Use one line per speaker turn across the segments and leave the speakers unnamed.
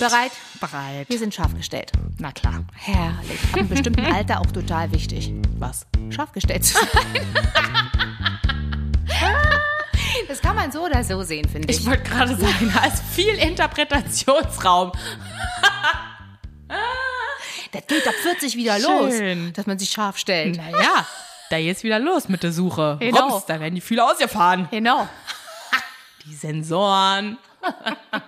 Bereit?
Bereit.
Wir sind scharf gestellt.
Na klar.
Herrlich. Ab einem bestimmten Alter auch total wichtig.
Was?
Scharf gestellt zu sein. Das kann man so oder so sehen, finde ich.
Ich wollte gerade sagen, da ist viel Interpretationsraum.
Das geht ab 40 wieder
Schön.
los, dass man sich scharf stellt.
Naja, da geht's wieder los mit der Suche.
Genau.
Rups, da werden die Fühler ausgefahren.
Genau.
Die Sensoren.
Ach,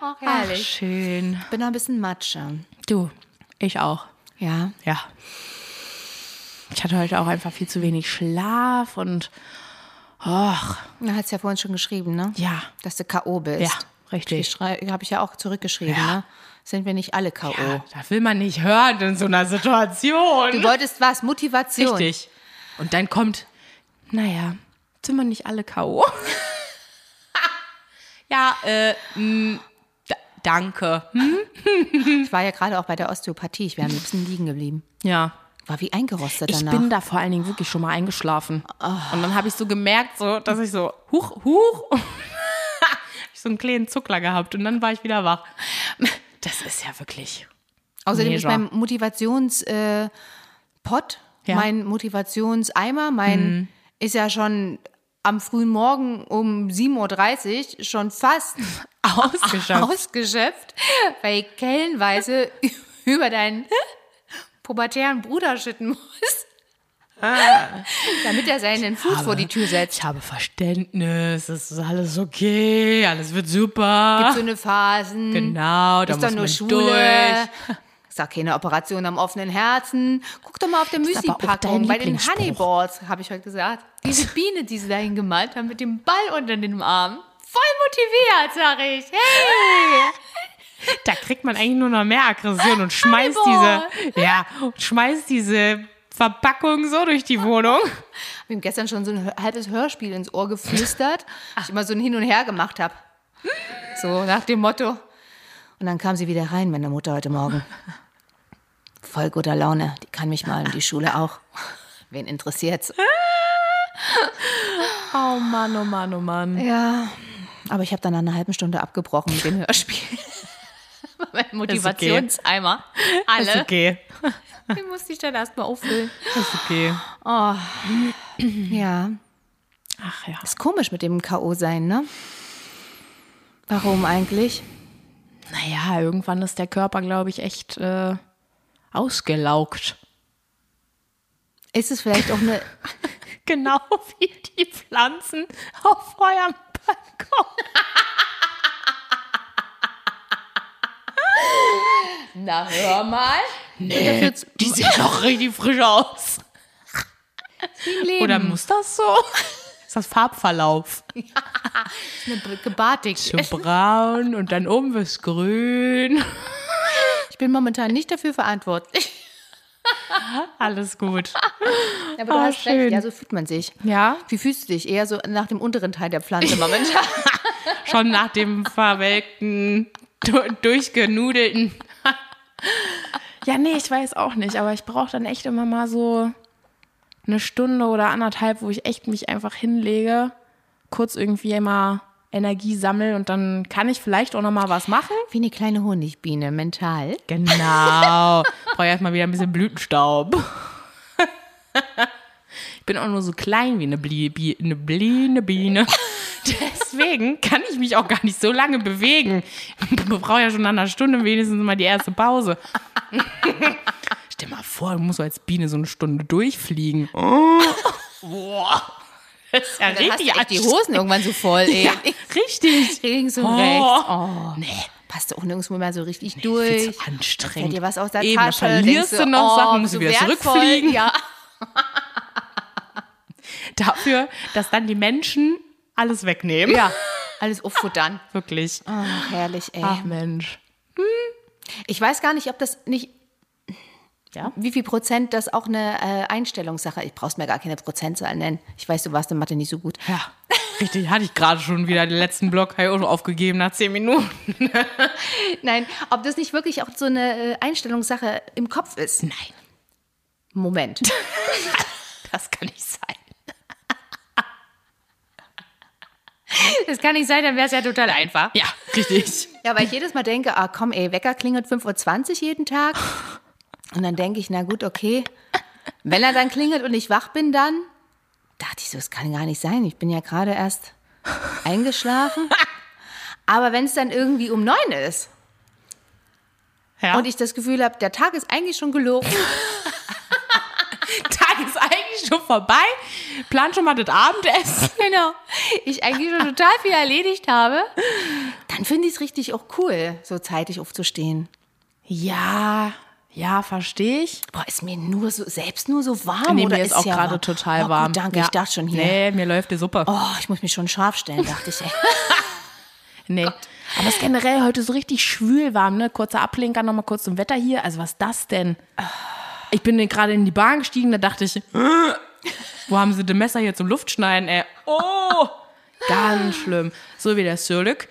Ach,
herrlich.
schön.
Ich bin noch ein bisschen Matsche.
Du, ich auch.
Ja.
Ja. Ich hatte heute auch einfach viel zu wenig Schlaf und och,
Du hast ja vorhin schon geschrieben, ne?
ja.
Dass du K.O. bist.
Ja, richtig.
Habe ich ja auch zurückgeschrieben,
Ja.
ne? Sind wir nicht alle K.O.?
Ja, Oh, das will man nicht hören in so einer
Du
Situation.
wolltest was? Motivation.
Richtig. Und dann kommt, naja, sind wir nicht alle K.O.? ja, äh, mh, da- danke. Hm?
Ich war ja gerade auch bei der Osteopathie. Ich wäre am liebsten liegen geblieben.
Ja.
War wie eingerostet
Ich
danach.
bin da vor allen Dingen wirklich schon mal eingeschlafen. Und dann habe ich so gemerkt, so, dass ich so, huch, huch, ich so einen kleinen Zuckler gehabt und dann war ich wieder wach. Das ist ja wirklich.
Außerdem
Nee,
ist
war-
mein Motivationspot, äh, Pot,
Ja. Mhm.
mein Motivationseimer, mein ist ja schon am frühen Morgen um 7.30 Uhr schon fast
Ausgeschafft.
ausgeschöpft, weil ich kellenweise über deinen pubertären Bruder schütten muss.
Ah.
Damit er seinen Fuß vor die Tür setzt.
Ich habe Verständnis, es ist alles okay, alles wird super.
So eine Phasen.
Ah. genau, da
Ist doch
muss
nur
man
Schule.
durch.
Ist doch keine Operation am offenen Herzen. Guck doch mal auf der
ist aber auch
Müsli-Packung
dein
bei den
Lieblingsspruch.
Honeyballs, habe ich heute gesagt. Diese Biene, die sie dahin gemalt haben mit dem Ball unter dem Arm. Voll motiviert, sag ich. Hey!
Da kriegt man eigentlich nur noch mehr Aggression und schmeißt
Hannibal.
diese, ja, und schmeißt diese Verpackung so durch die Wohnung.
Hab ihm gestern schon so ein hö- halbes Hörspiel ins Ohr geflüstert, dass ich immer so ein Hin und Her gemacht habe. So nach dem Motto. Und dann kam sie wieder rein, meine Mutter heute Morgen. Voll guter Laune. Die kann mich mal und die Schule auch. Wen interessiert's?
Oh Mann, oh Mann, oh Mann.
Ja, aber ich habe dann nach einer halben Stunde abgebrochen mit dem Hörspiel. mein Motivationseimer. Alle.
Ist okay,
Den musste ich dann erstmal auffüllen.
ist okay.
Oh. Ja.
Ach ja.
Ist komisch mit dem K.O. sein, ne? Warum eigentlich?
Naja, irgendwann ist der Körper, glaube ich, echt äh, ausgelaugt.
Ist es vielleicht auch eine.
Genau wie die Pflanzen auf eurem Balkon.
Na, hör mal.
Nee, die sehen doch richtig frisch aus.
Leben.
Oder muss das so? Ist das Farbverlauf?
eine Be- Gebatik.
Schön braun und dann oben wird's grün.
Ich bin momentan nicht dafür verantwortlich.
Alles gut.
Aber du
Ah,
hast recht.
schön.
Ja, so fühlt man sich.
Ja?
Wie fühlst du dich? Eher so nach dem unteren Teil der Pflanze momentan.
Schon nach dem verwelkten, du- durchgenudelten. Ja, nee, ich weiß auch nicht, aber ich brauche dann echt immer mal so eine Stunde oder anderthalb, wo ich echt mich einfach hinlege, kurz irgendwie immer Energie sammel und dann kann ich vielleicht auch noch mal was machen.
Wie eine kleine Honigbiene, mental.
Genau. Brauche erstmal wieder ein bisschen Blütenstaub. Ich bin auch nur so klein wie eine Blie, Bie, eine Blie, eine Biene. Deswegen kann ich mich auch gar nicht so lange bewegen. Ich brauche ja schon nach einer Stunde wenigstens mal die erste Pause. Stell mal vor, du musst so als Biene so eine Stunde durchfliegen. Boah. Das ist ja
Dann hast du
richtig
echt die Hosen irgendwann so voll, ey.
Ja, richtig.
Links und
Oh.
rechts. Oh.
Nee.
Passt du auch nirgendwo mehr so richtig
Viel
durch.
zu anstrengend.
Fällt dir was aus der
Eben,
Tasche?
Da verlierst
denkst
du noch
oh,
Sachen, musst
so
du wieder
wertvoll.
zurückfliegen.
Ja.
Dafür, dass dann die Menschen alles wegnehmen.
ja. Ah. Alles auffuttern.
Wirklich.
Ach, herrlich, ey.
Ach Mensch.
Ich weiß gar nicht, ob das nicht.
Ja?
Wie viel Prozent das auch eine äh, Einstellungssache Ich brauchst mir gar keine Prozentzahl nennen. Ich weiß, du warst in Mathe nicht so gut.
Ja. Richtig, hatte ich gerade schon wieder den letzten Block hey, auch schon aufgegeben nach zehn Minuten.
Nein, ob das nicht wirklich auch so eine äh, Einstellungssache im Kopf ist.
Nein,
Moment.
das kann nicht sein.
Das kann nicht sein, dann wäre es ja total einfach.
Ja, Richtig.
Ja, weil ich jedes Mal denke, ah komm ey, Wecker klingelt 5.20 Uhr jeden Tag. Und dann denke ich, na gut, okay. Wenn er dann klingelt und ich wach bin, dann dachte ich so, es kann gar nicht sein. Ich bin ja gerade erst eingeschlafen. Aber wenn es dann irgendwie um neun ist
Ja.
und ich das Gefühl habe, der Tag ist eigentlich schon gelogen,
Tag ist eigentlich schon vorbei. Plan schon mal das Abendessen.
genau, ich eigentlich schon total viel erledigt habe, dann finde ich es richtig auch cool, so zeitig aufzustehen.
Ja, ja, verstehe ich.
Boah, ist mir nur so, selbst nur so warm
nee,
oder
mir ist auch
Oh, ja
gerade
warm?
total
oh,
warm.
Gut, danke,
ja.
ich dachte schon hier.
Nee, mir läuft die Suppe.
Oh, ich muss mich schon scharf stellen, dachte ich. Ey.
nee. Aber es ist generell heute so richtig schwül warm, ne? Kurzer Ablenker nochmal kurz zum Wetter hier. Also was ist das denn? Ich bin gerade in die Bahn gestiegen, da dachte ich, äh, wo haben sie das Messer hier zum Luftschneiden, ey? Oh, ganz schlimm. So wie der Sirlik.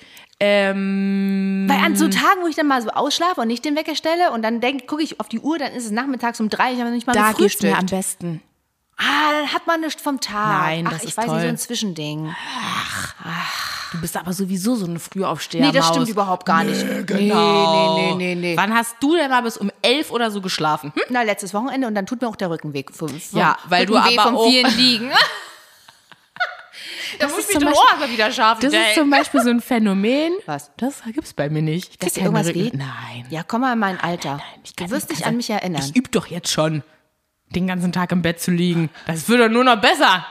Ähm,
Weil an so Tagen, wo ich dann mal so ausschlafe und nicht den Wecker stelle und dann denke, gucke ich auf die Uhr, dann ist es nachmittags um drei, ich habe noch nicht mal
da geht's mir am
gefrühstückt.
besten.
Ah, dann hat man nichts vom Tag.
Nein,
Ach,
das
ich
ist
weiß nicht, so
toll.
ein Zwischending.
Du bist aber sowieso so eine Frühaufsteher.
Nee, das
Maus.
stimmt überhaupt gar nicht.
Genau.
Nee, nee, nee, nee, nee.
Wann hast du denn mal bis um elf oder so geschlafen? Hm?
Na, letztes Wochenende und dann tut mir auch der Rückenweg vom, vom
Ja, weil du
Rückenweh
aber
vom
auch-
vielen Liegen. da muss
ist
ich
zum
den
Beispiel-
Ohren wieder scharf
Das ist zum Beispiel so ein Phänomen.
Was?
Das gibt's bei mir nicht. Ich krieg
Dass dir
keine
irgendwas
Rücken-
weht?
Nein.
Ja, komm mal in mein Alter.
ich Äh, kann
du wirst
nicht
dich
ganz-
an mich erinnern.
Ich übe doch jetzt schon, den ganzen Tag im Bett zu liegen. Das wird doch nur noch besser.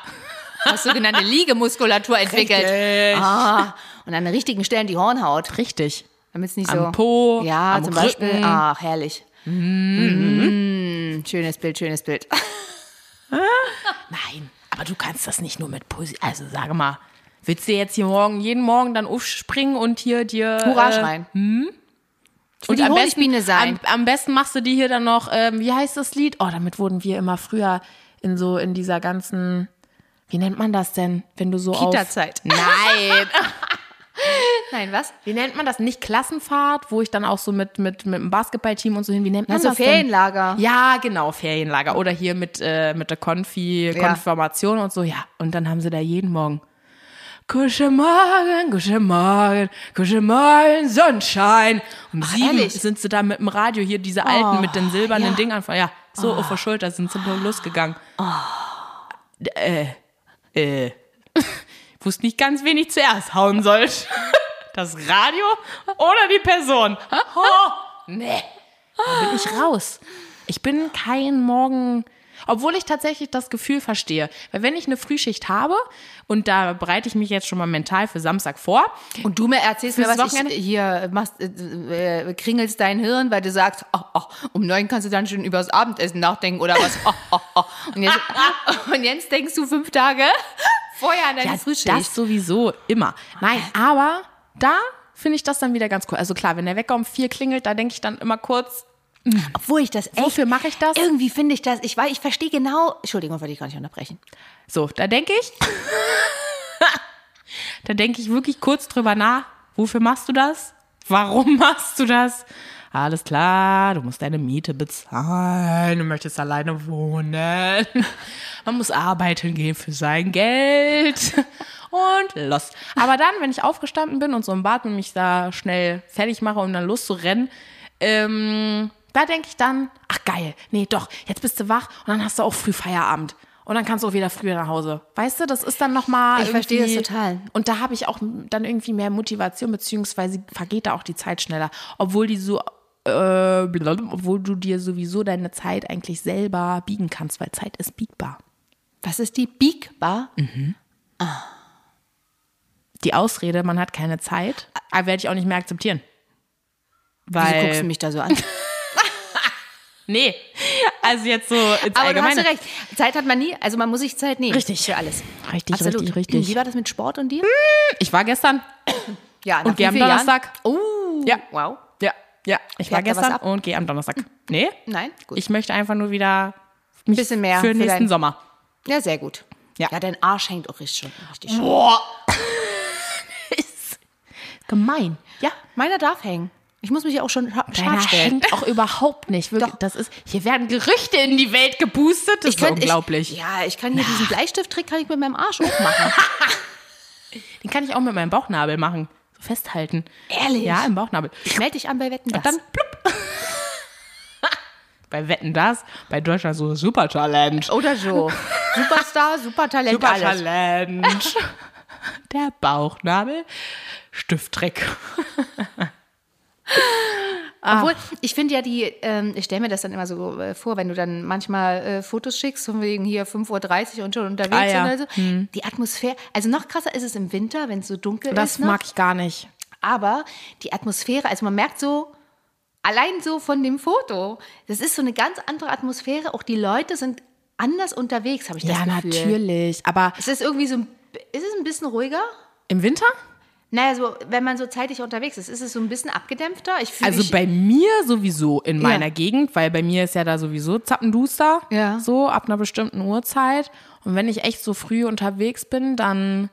Hast sogenannte Liegemuskulatur entwickelt.
Richtig.
Ah, und an den richtigen Stellen die Hornhaut.
Richtig.
Damit es nicht
Am
so.
Po,
Ja,
am
zum Beispiel. ah.
Rücken.
Ach, herrlich. Mm. Schönes Bild, schönes Bild.
Nein, aber du kannst das nicht nur mit Poesie. Also sage mal, willst du jetzt hier morgen, jeden Morgen dann aufspringen und hier dir.
Hurra
äh,
schreien. Ich will
Und
die
am
Honigbiene
besten,
sein.
Am, am besten machst du die hier dann noch, ähm, wie heißt das Lied? Oh, damit wurden wir immer früher in so, in dieser ganzen, wie nennt man das denn, wenn du so auf...
Kita-Zeit.
Nein.
Nein, was?
Wie nennt man das? Nicht Klassenfahrt, wo ich dann auch so mit, mit, mit dem Basketballteam und so hin, wie nennt man
Also
das
Ferienlager.
denn? Ja, genau, Ferienlager. Oder hier mit, äh, mit der Konfi,
Ja.
Konfirmation und so, ja. Und dann haben sie da jeden Morgen Guten Morgen, guten Morgen, guten Morgen, Sonnenschein. Um sieben
ehrlich? Oh.
sind sie da mit dem Radio hier, diese alten mit den silbernen
ja.
Dingern. von- Oh, Ja, Oh. so auf der Schulter sind sie nur losgegangen. D- Äh, äh. Wusste nicht ganz, wen ich zuerst hauen sollte. Das Radio oder die Person. Oh, nee. Da bin ich raus. Ich bin kein Morgen. Obwohl ich tatsächlich das Gefühl verstehe. Weil wenn ich eine Frühschicht habe, und da bereite ich mich jetzt schon mal mental für Samstag vor,
Und du mir erzählst mir,
Fürs
was
Wochenende?
ich hier machst, äh, äh, kringelst dein Hirn, weil du sagst, oh, oh, um neun kannst du dann schon über das Abendessen nachdenken oder was. Oh, oh, oh. Und, jetzt, und jetzt denkst du fünf Tage vorher an deine
ja,
Frühschicht.
das sowieso immer. Nein, aber da finde ich das dann wieder ganz cool. Also klar, wenn der Wecker um vier klingelt, da denke ich dann immer kurz,
Obwohl ich das echt.
wofür mache ich das?
Irgendwie finde ich das. Ich, weiß, ich verstehe genau. Entschuldigung, wollte ich gar nicht unterbrechen.
So, da denke ich, da denke ich wirklich kurz drüber nach, wofür machst du das? Warum machst du das? Alles klar, du musst deine Miete bezahlen, du möchtest alleine wohnen. Man muss arbeiten gehen für sein Geld. Und los. Aber dann, wenn ich aufgestanden bin und so im Bad und mich da schnell fertig mache, um dann loszurennen, ähm, da denke ich dann, ach geil, nee, doch, jetzt bist du wach und dann hast du auch früh Feierabend. Und dann kannst du auch wieder früher nach Hause. Weißt du, das ist dann nochmal.
Ich verstehe das total.
Und da habe ich auch dann irgendwie mehr Motivation, beziehungsweise vergeht da auch die Zeit schneller. Obwohl die so, äh, obwohl du dir sowieso deine Zeit eigentlich selber biegen kannst, weil Zeit ist biegbar.
Was ist die Big Bar?
Mhm. Die Ausrede, man hat keine Zeit, äh, werde ich auch nicht mehr akzeptieren.
Wieso guckst du
Weil.
mich da so an?
Nee. Also jetzt so ins
Aber du hast
Allgemeine.
ja recht. Zeit hat man nie. Also man muss sich Zeit nehmen.
Richtig.
Für alles.
Richtig, richtig,
Wie
richtig.
war das mit Sport und dir?
Ich war gestern.
Ja, nach
Und wir
wie
haben
vielen Jahren?
Donnerstag.
Oh.
Ja.
Wow.
Ja, ja. Uh. Ich war
Fährt da was
gestern
ab?
und gehe am Donnerstag. Nee?
Nein? Gut.
Ich möchte einfach nur wieder mich
Bisschen mehr
für den
für
nächsten
dein-
Sommer.
ja, sehr gut.
Ja.
ja, dein Arsch hängt auch richtig schon. Richtig schön.
Boah. ist gemein. Ja.
Meiner darf hängen. Ich muss mich ja auch schon scha-
Deiner
scharf stellen.
hängt auch überhaupt nicht. Wirklich,
Doch.
das ist, hier werden Gerüchte in die Welt gepustet. Das ist
könnt-
unglaublich.
Ich, ja, ich kann hier diesen Bleistifttrick kann ich mit meinem Arsch auch machen.
Den kann ich auch mit meinem Bauchnabel machen. So festhalten.
Ehrlich?
Ja, im Bauchnabel.
Meld dich an bei Wetten, das.
Dann plupp. bei Wetten das, bei Deutschland so Super Challenge.
Oder so. Superstar, Supertalent,
Super
alles.
Challenge. Der Bauchnabel, Stiftdreck. Ah.
Obwohl, ich finde ja die, ähm, ich stelle mir das dann immer so äh, vor, wenn du dann manchmal äh, Fotos schickst, von wegen hier 5.30 Uhr und schon unterwegs
Ah, ja.
sind oder so. Die Atmosphäre, also noch krasser ist es im Winter, wenn es so dunkel
Das
ist. noch.
mag ich gar nicht.
Aber die Atmosphäre, also man merkt so, allein so von dem Foto, das ist so eine ganz andere Atmosphäre. Auch die Leute sind anders unterwegs, habe ich das
Ja,
Gefühl.
natürlich. Aber
Es ist irgendwie so, ein, ist es ein bisschen ruhiger?
im Winter?
Naja, so, wenn man so zeitlich unterwegs ist, ist es so ein bisschen abgedämpfter. Ich fühl-
Also
ich,
bei mir sowieso in
Ja.
meiner Gegend, weil bei mir ist ja da sowieso Zappenduster.
Ja.
So ab einer bestimmten Uhrzeit. Und wenn ich echt so früh unterwegs bin, dann.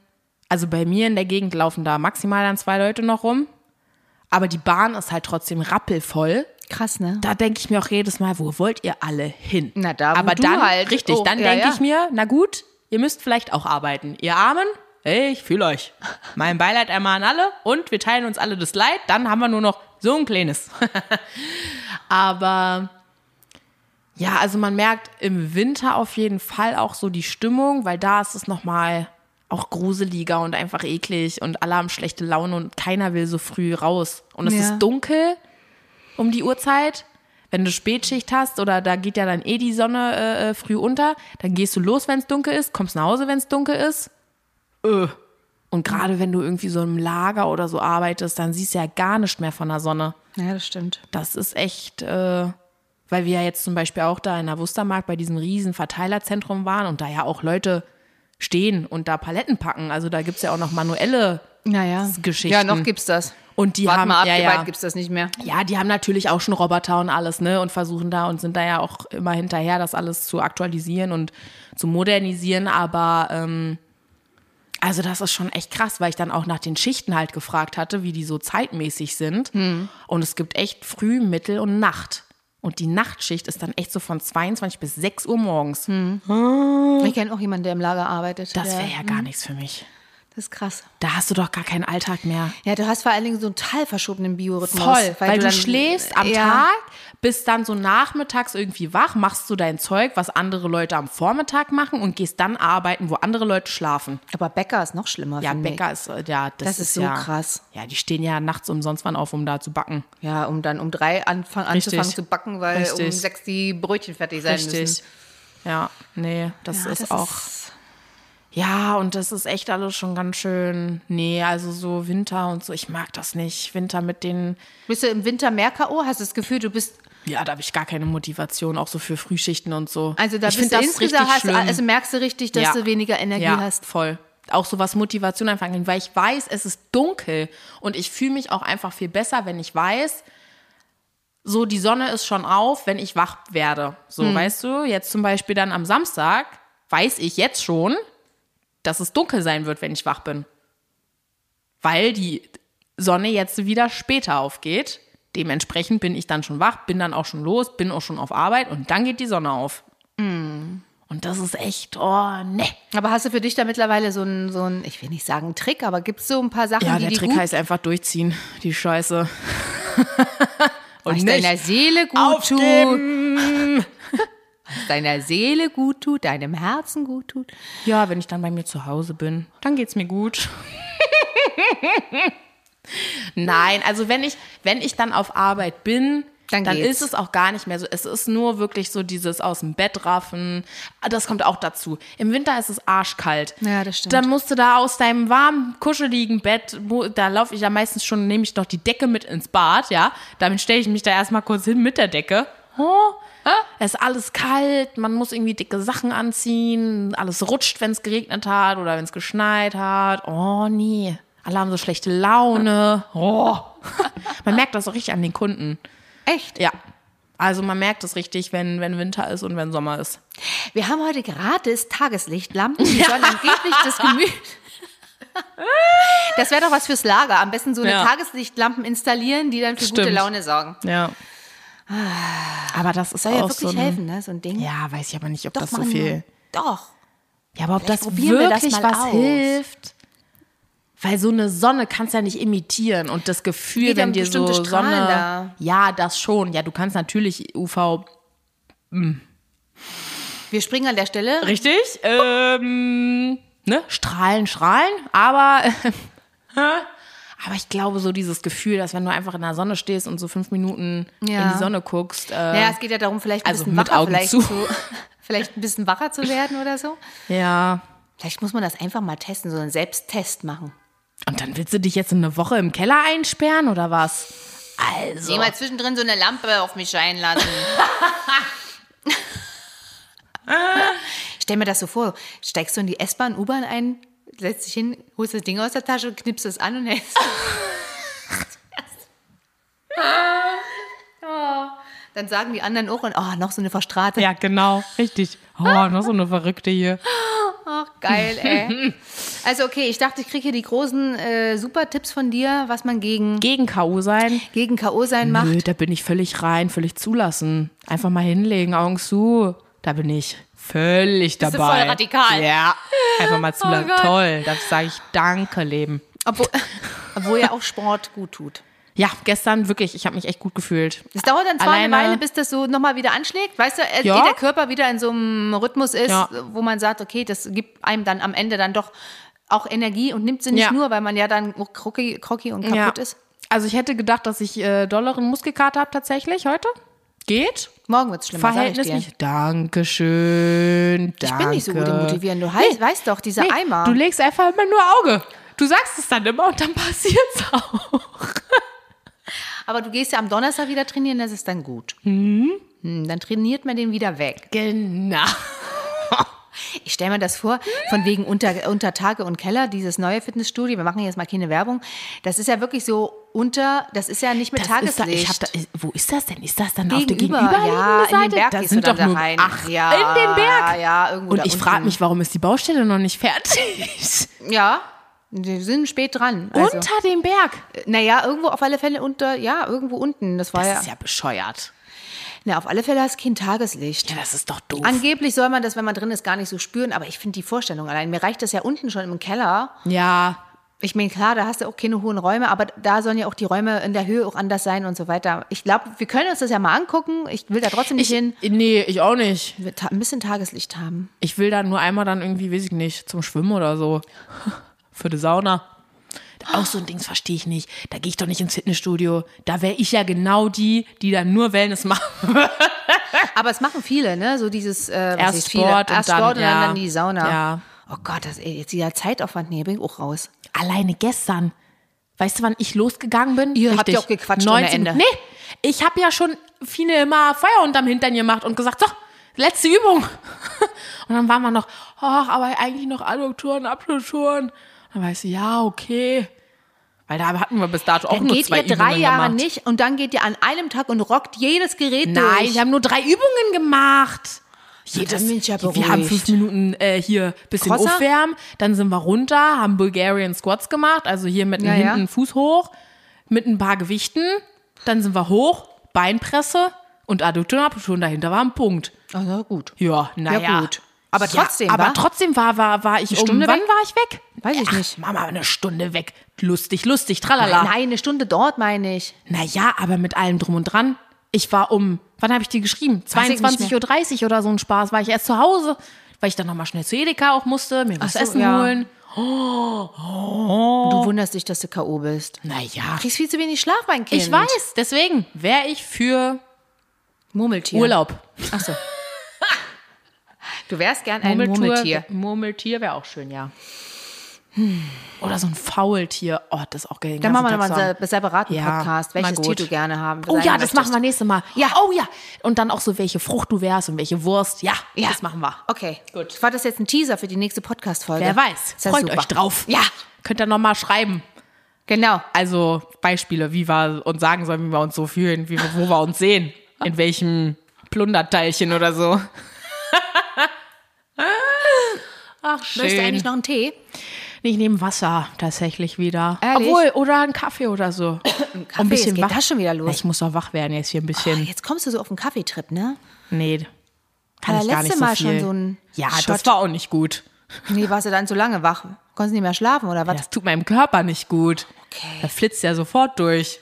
Also bei mir in der Gegend laufen da maximal dann zwei Leute noch rum. Aber die Bahn ist halt trotzdem rappelvoll.
krass, ne?
Da denke ich mir auch jedes Mal, wo wollt ihr alle hin?
Na, da, wo
Aber
du
dann,
halt.
richtig,
Oh,
dann
ja,
denke
ja.
ich mir, na gut, ihr müsst vielleicht auch arbeiten. Ihr Armen, ey, ich fühle euch. Mein Beileid einmal an alle und wir teilen uns alle das Leid, dann haben wir nur noch so ein kleines. Aber ja, also man merkt im Winter auf jeden Fall auch so die Stimmung, weil da ist es nochmal auch gruseliger und einfach eklig und alle haben schlechte Laune und keiner will so früh raus. Und es
Ja.
ist dunkel um die Uhrzeit. Wenn du Spätschicht hast oder da geht ja dann eh die Sonne äh, äh, früh unter, dann gehst du los, wenn es dunkel ist, kommst nach Hause, wenn es dunkel ist. Äh. Und gerade wenn du irgendwie so im Lager oder so arbeitest, dann siehst du ja gar nicht mehr von der Sonne.
Ja, das stimmt.
Das ist echt, äh, weil wir ja jetzt zum Beispiel auch da in der Wustermark bei diesem riesen Verteilerzentrum waren und da ja auch Leute stehen und da Paletten packen. Also da gibt es ja auch noch manuelle
Naja.
Geschichten.
Ja, noch gibt's das.
und die
Warte
haben
mal ab,
ja,
wie
ja,
weit gibt's das nicht mehr.
ja, die haben natürlich auch schon Roboter und alles, ne? Und versuchen da und sind da ja auch immer hinterher, das alles zu aktualisieren und zu modernisieren. Aber ähm, also das ist schon echt krass, weil ich dann auch nach den Schichten halt gefragt hatte, wie die so zeitmäßig sind. Und es gibt echt früh, Mittel und Nacht. Und die Nachtschicht ist dann echt so von 22 bis 6 Uhr morgens.
Ich kenne auch jemanden, der im Lager arbeitet.
Das
der,
wäre ja gar nichts für mich.
Das ist krass.
Da hast du doch gar keinen Alltag mehr.
Ja, du hast vor allen Dingen so einen total verschobenen Biorhythmus.
Voll, weil, du,
dann-
schläfst am
ja,
Tag, bist dann so nachmittags irgendwie wach, machst so dein Zeug, was andere Leute am Vormittag machen und gehst dann arbeiten, wo andere Leute schlafen.
Aber Bäcker ist noch schlimmer.
Ja,
find ich.
Bäcker ist, äh, ja, das,
Das ist so
ja,
krass.
Ja, die stehen ja nachts umsonst wann auf, um da zu backen.
Ja, um dann um drei anfang,
Richtig.
anzufangen zu backen, weil um
Richtig.
sechs die Brötchen fertig sein müssen.
Ja, nee, das
Ja,
ist auch.
ist-
Ja, und das ist echt alles schon ganz schön. Nee, also so Winter und so, ich mag das nicht. Winter mit den
Bist du im Winter mehr K.O.? Hast du das Gefühl, du bist.
Ja, da habe ich gar keine Motivation, auch so für Frühschichten und so.
Also da
ich
bist
find
du
das
insgesamt
richtig
hast,
schlimm.
also merkst du richtig, dass
Ja.
du weniger Energie
ja,
hast.
voll. Auch so was Motivation anfangen, weil ich weiß, es ist dunkel und ich fühle mich auch einfach viel besser, wenn ich weiß, so die Sonne ist schon auf, wenn ich wach werde. So,
Hm.
weißt du, jetzt zum Beispiel dann am Samstag weiß ich jetzt schon, dass es dunkel sein wird, wenn ich wach bin. Weil die Sonne jetzt wieder später aufgeht. Dementsprechend bin ich dann schon wach, bin dann auch schon los, bin auch schon auf Arbeit und dann geht die Sonne auf. Und das ist echt, oh, ne.
Aber hast du für dich da mittlerweile so einen, so einen ich will nicht sagen Trick, aber gibt es so ein paar Sachen,
Ja,
die
der
dir
Trick
gut
heißt einfach durchziehen, die Scheiße.
was
Und
deiner
nicht
Seele gut
aufgeben.
tut, was deiner Seele gut tut, deinem Herzen gut tut?
Ja, wenn ich dann bei mir zu Hause bin, dann geht's mir gut. Nein, also wenn ich, wenn ich dann auf Arbeit bin,
Dann
dann,
geht's.
ist es auch gar nicht mehr so. Es ist nur wirklich so dieses aus dem Bett raffen. Ah, Das kommt auch dazu. Im Winter ist es arschkalt.
Ja, das stimmt.
Dann musst du da aus deinem warmen, kuscheligen Bett, wo, da laufe ich ja meistens schon, nehme ich noch die Decke mit ins Bad, ja. Damit stelle ich mich da erstmal kurz hin mit der Decke. Oh, es ist alles kalt, man muss irgendwie dicke Sachen anziehen, alles rutscht, wenn es geregnet hat oder wenn es geschneit hat. Oh nee, alle haben so schlechte Laune. Oh. Man merkt das auch richtig an den Kunden.
Echt?
Ja. Also man merkt es richtig, wenn, wenn Winter ist und wenn Sommer ist.
Wir haben heute gratis Tageslichtlampen, die sollen angeblich das Gemüt. Das wäre doch was fürs Lager. Am besten so eine
Ja.
Tageslichtlampen installieren, die dann für gute
Stimmt.
Laune sorgen.
Ja. Ah. Aber das ist
Soll ja
auch
wirklich
so ein,
helfen, ne? So ein Ding.
Ja, weiß ich aber nicht, ob
doch,
das so
machen wir.
viel.
Doch.
Ja, aber ob
Vielleicht
das
probieren wir das
wirklich
mal
was
aus.
hilft, Weil so eine Sonne kannst du ja nicht imitieren und das Gefühl,
Wie, da
wenn dir so
bestimmte Strahlen
Sonne.
da.
Ja, das schon. Ja, du kannst natürlich UV.
Wir springen an der Stelle.
Richtig? Ähm, ne? Strahlen, strahlen. Aber. aber ich glaube, so dieses Gefühl, dass wenn du einfach in der Sonne stehst und so fünf Minuten in
Ja.
die Sonne guckst. Äh,
Naja, es geht ja darum, vielleicht ein
Also
bisschen
mit
wacher,
Augen
vielleicht,
zu.
vielleicht ein bisschen wacher zu werden oder so.
ja.
Vielleicht muss man das einfach mal testen, so einen Selbsttest machen.
Und dann willst du dich jetzt eine Woche im Keller einsperren oder was? Also.
So. mal halt zwischendrin so eine Lampe auf mich scheinen lassen. Stell mir das so vor, steigst du in die S-Bahn, U-Bahn ein, setzt dich hin, holst das Ding aus der Tasche, knippst es an und hältst. oh. Dann sagen die anderen auch, und, oh, noch so eine Verstrahlte.
Ja, genau, richtig. Oh, noch so eine Verrückte hier.
Ach, Oh, geil, ey. Also okay, ich dachte, ich kriege hier die großen äh, super Tipps von dir, was man gegen,
Gegen K.O. sein.
gegen K.O. sein macht.
Nö, da bin ich völlig rein, völlig zulassen. Einfach mal hinlegen, Augen zu. Da bin ich völlig dabei.
du voll radikal? Oh
Ja, einfach mal zulassen.
Gott.
Toll, da sage ich Danke, Leben.
Obwohl, obwohl ja auch Sport gut tut.
Ja, gestern wirklich, ich habe mich echt gut gefühlt.
Es dauert dann zwar
Alleine-
eine Weile, bis das so nochmal wieder anschlägt. Weißt du, äh,
Ja.
eh der Körper wieder in so einem Rhythmus ist,
Ja.
wo man sagt, okay, das gibt einem dann am Ende dann doch auch Energie und nimmt sie nicht
Ja.
nur, weil man ja dann krocki, krocki und kaputt ist.
Also ich hätte gedacht, dass ich äh, dolleren Muskelkater habe tatsächlich heute. Geht.
Morgen wird es schlimmer, sag ich dir.
Verhältnismäßig. Dankeschön.
Ich
Danke.
bin nicht so gut im Motivieren. Du heißt, weißt doch, dieser
Nee,
Eimer.
Du legst einfach immer nur Auge. Du sagst es dann immer und dann passiert's auch.
Aber du gehst ja am Donnerstag wieder trainieren, das ist dann gut. Hm, dann trainiert man den wieder weg.
Genau.
Ich stelle mir das vor, von wegen unter, unter Tage und Keller, dieses neue Fitnessstudio, wir machen jetzt mal keine Werbung. Das ist ja wirklich so unter, das ist ja nicht mit
da,
Tageslicht.
ich hab da, äh, wo ist das denn? Ist das dann
Gegenüber,
auf der gegenüberliegenden
ja, in
Seite?
den Berg
da
gehst
sind
du
doch
dann
nur
da rein.
ach
Ja,
in den Berg.
ja, irgendwo
und
da
ich frage
unten.
mich, warum ist die Baustelle noch nicht fertig?
ja, wir sind spät dran. Also,
Unter dem Berg.
naja, irgendwo auf alle Fälle unter, ja, irgendwo unten. Das war
Das
ja,
ist ja bescheuert.
Na, auf alle Fälle hast du kein Tageslicht.
Ja, das ist doch doof.
Angeblich soll man das, wenn man drin ist, gar nicht so spüren, aber ich finde die Vorstellung allein. Mir reicht das ja unten schon im Keller.
ja,
Ich meine, klar, da hast du auch keine hohen Räume, aber da sollen ja auch die Räume in der Höhe auch anders sein und so weiter. Ich glaube, wir können uns das ja mal angucken. Ich will da trotzdem nicht hin.
nee, ich auch nicht.
Wir ta- ein bisschen Tageslicht haben.
Ich will dann nur einmal dann irgendwie, weiß ich nicht, zum Schwimmen oder so. Für die Sauna. Auch so ein Dings verstehe ich nicht. Da gehe ich doch nicht ins Fitnessstudio. Da wäre ich ja genau die, die dann nur Wellness macht.
Aber es machen viele, ne? So dieses äh, was
Erst
heißt viele?
Sport und
Erst
dann,
Sport und
ja.
dann, dann die Sauna.
Ja.
Oh Gott, das, ey, jetzt dieser Zeitaufwand, nee, bin ich auch raus.
Alleine gestern. Weißt du, wann ich losgegangen bin?
Ihr habt ja auch gequatscht ohne
19
Ende.
Nee, ich habe ja schon viele immer Feuer unterm Hintern gemacht und gesagt, so, letzte Übung. Und dann waren wir noch, ach, aber eigentlich noch Adduktoren, Abduktoren. Dann weißt du, ja, okay. Weil da hatten wir bis dato auch
Dann
nur
geht
zwei
ihr drei
Übungen
Jahre
gemacht.
nicht und dann geht ihr an einem Tag und rockt jedes Gerät
Nein,
durch.
wir haben nur drei Übungen gemacht.
dann bin ich ja
wir haben
beruhigt.
fünf Minuten äh, hier bisschen
Crosser?
aufwärmen, dann sind wir runter, haben Bulgarian Squats gemacht, also hier mit dem
Ja, ja.
hinten Fuß hoch, mit ein paar Gewichten, dann sind wir hoch, Beinpresse und Adduktion, Abduktion, dahinter war ein Punkt.
Oh, na gut.
Ja, naja.
Ja, gut. Aber trotzdem,
aber
wa?
trotzdem war, war, war ich um,
Stunde
wann
weg?
war ich weg?
Weiß ich
Ach,
nicht.
Mama, eine Stunde weg. Lustig, lustig, tralala.
Nein, eine Stunde dort meine ich.
Naja, aber mit allem drum und dran. Ich war um, wann habe ich dir geschrieben?
Weiß ich nicht
22.30 Uhr oder so ein Spaß. War ich erst zu Hause, weil ich dann nochmal schnell zu Edeka auch musste, mir was
so,
essen
ja.
holen. Oh.
Du wunderst dich, dass du K.O. bist.
Naja.
Du kriegst viel zu wenig Schlaf, mein Kind.
Ich weiß, deswegen wäre ich für
Murmeltier.
Urlaub.
Achso. Du wärst gern ein Murmeltier.
Murmeltier wäre auch schön, ja. Hm. Oder so ein Faultier. Oh, das ist auch geil. den
Dann
ganzen
machen wir
Tag
nochmal
so
einen se- separaten
Ja,
Podcast,
mal
welches
gut.
Tier du gerne haben
Oh
sein
ja, das
möchtest.
machen wir nächstes Mal.
Ja.
oh ja. Und dann auch so, welche Frucht du wärst und welche Wurst. Ja,
Ja.
das machen wir.
Okay,
Gut.
War das jetzt ein Teaser für die nächste Podcast-Folge?
Wer weiß.
Ist ja
Freut
super.
euch drauf.
Ja,
Könnt ihr nochmal schreiben.
genau.
Also Beispiele, wie wir uns sagen sollen, wie wir uns so fühlen, wie wir, wo wir uns sehen. In welchem Plunderteilchen oder so. Ach, schön.
Möchtest du eigentlich noch einen Tee?
ich nehme Wasser tatsächlich wieder.
Ehrlich?
Obwohl, oder einen Kaffee oder so.
Kaffee, jetzt geht das schon wieder los.
Ich muss doch wach werden jetzt hier ein bisschen.
Ah, Jetzt kommst du so auf den Kaffeetrip, ne?
Nee. Kann
Aber
ich gar
letzte
nicht so
Mal
viel.
schon so ein
Ja,
Shot.
das war auch nicht gut.
Nee, warst du dann zu lange wach? Konntest nicht mehr schlafen oder was?
Das tut meinem Körper nicht gut.
Okay.
Da flitzt ja sofort durch.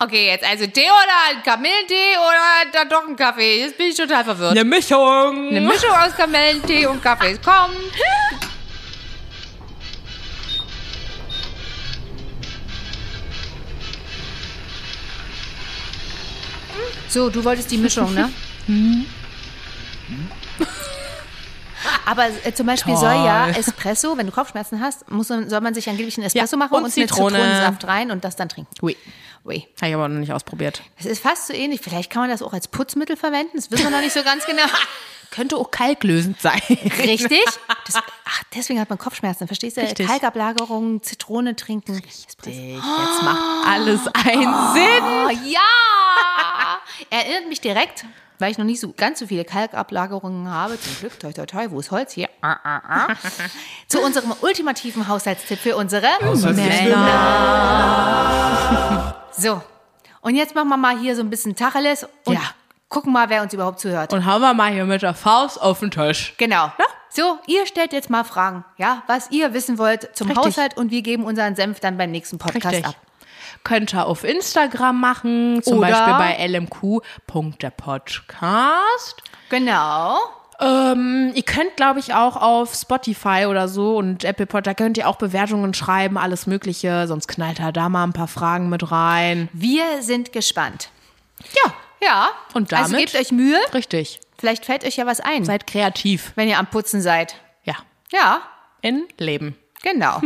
Okay, jetzt also Tee oder ein Kamillentee oder da doch ein Kaffee. Jetzt bin ich total verwirrt.
Eine Mischung.
Eine Mischung aus Kamillentee und Kaffee. Komm. So, du wolltest die Mischung, ne? Aber äh, zum Beispiel soll ja
Toll.
Espresso, wenn du Kopfschmerzen hast, muss, man- soll man sich angeblich einen Espresso machen
und
und, einen
Zitrone.
Zitronensaft rein und das dann trinken.
Ui.
Ui.
Habe ich aber noch nicht ausprobiert.
Es ist fast so ähnlich. Vielleicht kann man das auch als Putzmittel verwenden. Das wissen wir noch nicht so ganz genau.
Könnte auch kalklösend sein.
Richtig? Das, ach, deswegen hat man Kopfschmerzen. Verstehst du?
Richtig.
Kalkablagerung, Zitrone trinken. Richtig.
Jetzt macht alles einen Sinn.
Oh ja! Erinnert mich direkt, weil ich noch nicht so ganz so viele Kalkablagerungen habe. Zum Glück, toi, toi, toi, wo ist Holz hier? Ah, ah, ah. Zu unserem ultimativen Haushaltstipp für unsere Männer. So, und jetzt machen wir mal hier so ein bisschen Tacheles und
Ja.
gucken mal, wer uns überhaupt zuhört.
Und hauen wir mal hier mit der Faust auf den Tisch.
Genau. So, ihr stellt jetzt mal Fragen, ja, was ihr wissen wollt zum
Richtig.
Haushalt und wir geben unseren Senf dann beim nächsten Podcast
Richtig.
ab.
Könnt ihr auf Instagram machen, zum
Oder-
Beispiel bei lmq.derpodcast.
Genau.
Ähm, ihr könnt, glaube ich, auch auf Spotify oder so und Apple Pod, da könnt ihr auch Bewertungen schreiben, alles Mögliche. Sonst knallt er da mal ein paar Fragen mit rein.
Wir sind gespannt.
Ja,
Ja.
Und
Also
damit?
gebt euch Mühe.
richtig.
Vielleicht fällt euch ja was ein,
Seid kreativ.
wenn ihr am Putzen seid.
Ja,
Ja.
in Leben.
Genau.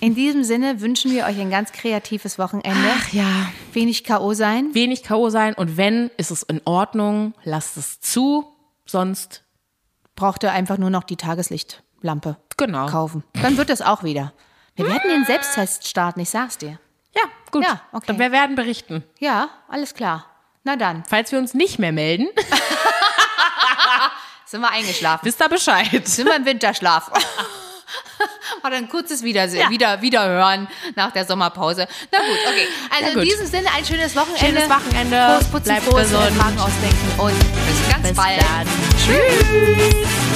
In diesem Sinne wünschen wir euch ein ganz kreatives Wochenende.
Ach ja.
Wenig K.O. sein.
Wenig K.O. sein und wenn, ist es in Ordnung, lasst es zu. Sonst,
Braucht ihr einfach nur noch die Tageslichtlampe
genau.
kaufen. Dann wird das auch wieder. Wir werden den Selbsttest starten, ich sag's dir.
Ja, gut.
Ja, okay.
Dann wir werden berichten.
Ja, alles klar. Na dann,
Falls wir uns nicht mehr melden,
sind wir eingeschlafen.
wisst ihr Bescheid.
sind wir im Winterschlaf. War dann ein kurzes Wiedersehen,
Ja.
wieder, Wiederhören nach der Sommerpause. Na gut, okay. Also
Na gut.
in diesem Sinne ein schönes Wochenende.
Schönes Wochenende.
Frohes Putzen,
Bleibt
frohes
gesund.
Fragen ausdenken und bis ganz bald.
Tschüss.